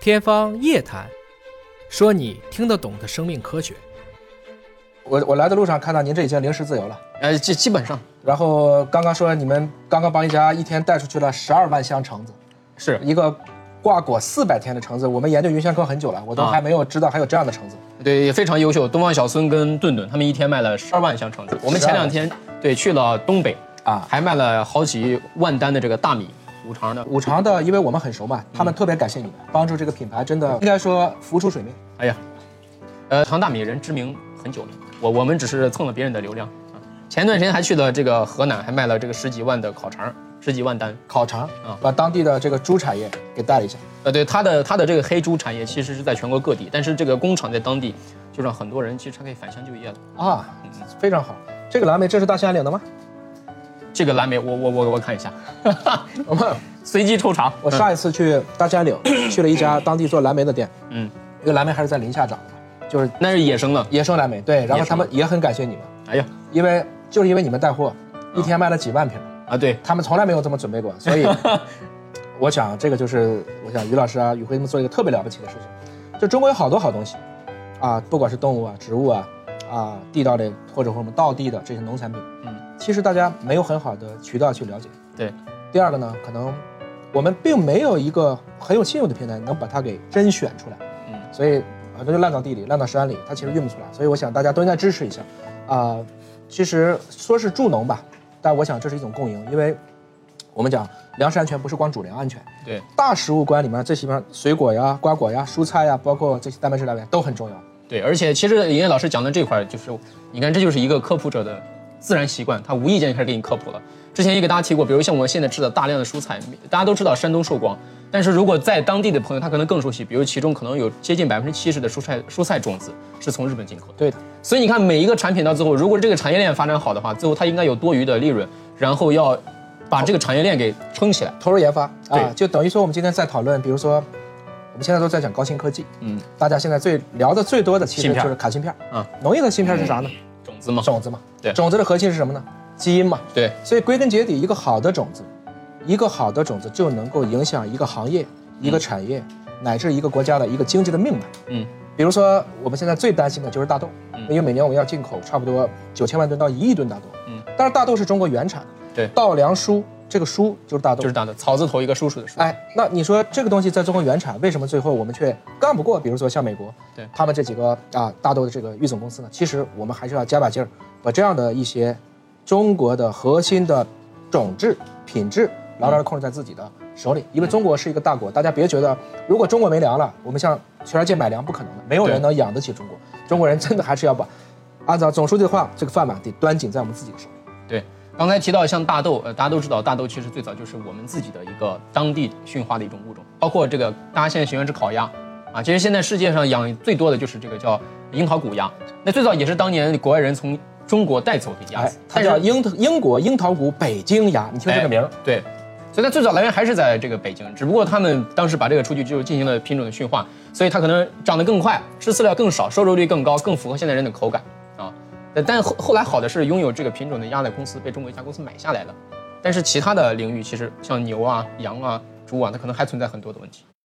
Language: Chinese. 天方夜谭，说你听得懂的生命科学。我我来的路上看到您这已经零食自由了，呃，基基本上然后刚刚说你们刚刚帮一家一天带出去了十二万箱橙子，是一个挂果四百天的橙子，我们研究芸香科很久了，我都啊还没有知道还有这样的橙子。对，也非常优秀。东方小孙跟顿顿他们一天卖了十二万箱橙子。我们前两天对去了东北啊还卖了好几万担的这个大米五常的。五常的，因为我们很熟嘛，嗯他们特别感谢你们，帮助这个品牌真的应该说浮出水面。哎呀，呃，长大米人知名很久了，我我们只是蹭了别人的流量。啊前段时间还去了这个河南，还卖了这个十几万的烤肠，十几万单。烤肠啊把当地的这个猪产业给带了一下。呃，对，它的它的这个黑猪产业其实是在全国各地，但是这个工厂在当地，就让很多人其实他可以返乡就业了。啊，嗯非常好。这个蓝莓，这是大兴安岭的吗？这个蓝莓，我我我我看一下， 我嗯们随机抽查。我上一次去大兴 安岭，去了一家当地做蓝莓的店，嗯，这个蓝莓还是在林下长的嘛，就是那是野生的。野生蓝莓。啊对，然后他们也很感谢你们，哎呀，因为就是因为你们带货，一天卖了几万瓶，啊对，他们从来没有这么准备过，所 以我想这个就是我想于老师啊、宇辉他们做一个特别了不起的事情，就中国有好多好东西啊，不管是动物啊、植物啊啊地道的或者我们道地的这些农产品，嗯，其实大家没有很好的渠道去了解。对，第二个呢，可能我们并没有一个很有信用的平台能把它给甄选出来，嗯所以很多就烂到地里，烂到山里，它其实运不出来。所以我想大家都应该支持一下，啊、其实说是助农吧，但我想这是一种共赢，因为我们讲粮食安全不是光主粮安全，对，大食物管里面最起码水果呀、瓜果呀、蔬菜呀，包括这些蛋白质来源都很重要。对，而且其实尹烨老师讲的这块儿，就是你看，这就是一个科普者的自然习惯，他无意间就开始给你科普了。之前也给大家提过，比如像我们现在吃的大量的蔬菜，大家都知道山东寿光，但是如果在当地的朋友，他可能更熟悉，比如其中可能有接近百分之七十的蔬菜蔬菜种子是从日本进口的。对的，所以你看，每一个产品到最后，如果这个产业链发展好的话，最后它应该有多余的利润，然后要把这个产业链给撑起来。投入研发啊对，就等于说我们今天在讨论，比如说我们现在都在讲高新科技，嗯，大家现在最聊的最多的其芯实片就是卡芯片。啊，农业的芯片是啥呢？种子嘛，种子嘛。对种子的核心是什么呢？基因嘛。对，所以归根结底，一个好的种子，一个好的种子就能够影响一个行业、一个产业，乃至一个国家的一个经济的命脉。嗯，比如说，我们现在最担心的就是大豆，嗯因为每年我们要进口差不多九千万吨到一亿吨大豆。嗯，但是大豆是中国原产的。对稻粱菽这个菽就是大豆。就是大的草字头一个叔叔的叔。哎，那你说这个东西在中国原产，为什么最后我们却干不过？比如说像美国，对他们这几个啊大豆的这个育种公司呢？其实我们还是要加把劲儿，把这样的一些中国的核心的种质品质牢牢的控制在自己的手里，因为中国是一个大国，大家别觉得如果中国没粮了，我们向全世界买粮不可能的，没有人对能养得起中国。中国人真的还是要把，按照总书记的话，这个饭碗得端紧在我们自己的手里。对，刚才提到像大豆，呃，大家都知道，大豆其实最早就是我们自己的一个当地驯化的一种物种，包括这个大家现在喜欢吃烤鸭，啊，其实现在世界上养最多的就是这个叫樱桃骨鸭，那最早也是当年国外人从中国带走的鸭哎子，，它啊但是叫樱英国樱桃谷北京鸭，你听这个名儿。哎对，所以它最早来源还是在这个北京，只不过他们当时把这个出去就进行了品种的驯化，所以它可能长得更快，吃饲料更少，收肉率更高，更符合现在人的口感啊。但但后后来好的是拥有这个品种的鸭的公司被中国一家公司买下来了，但是其他的领域其实像牛啊、羊啊、猪啊，它可能还存在很多的问题。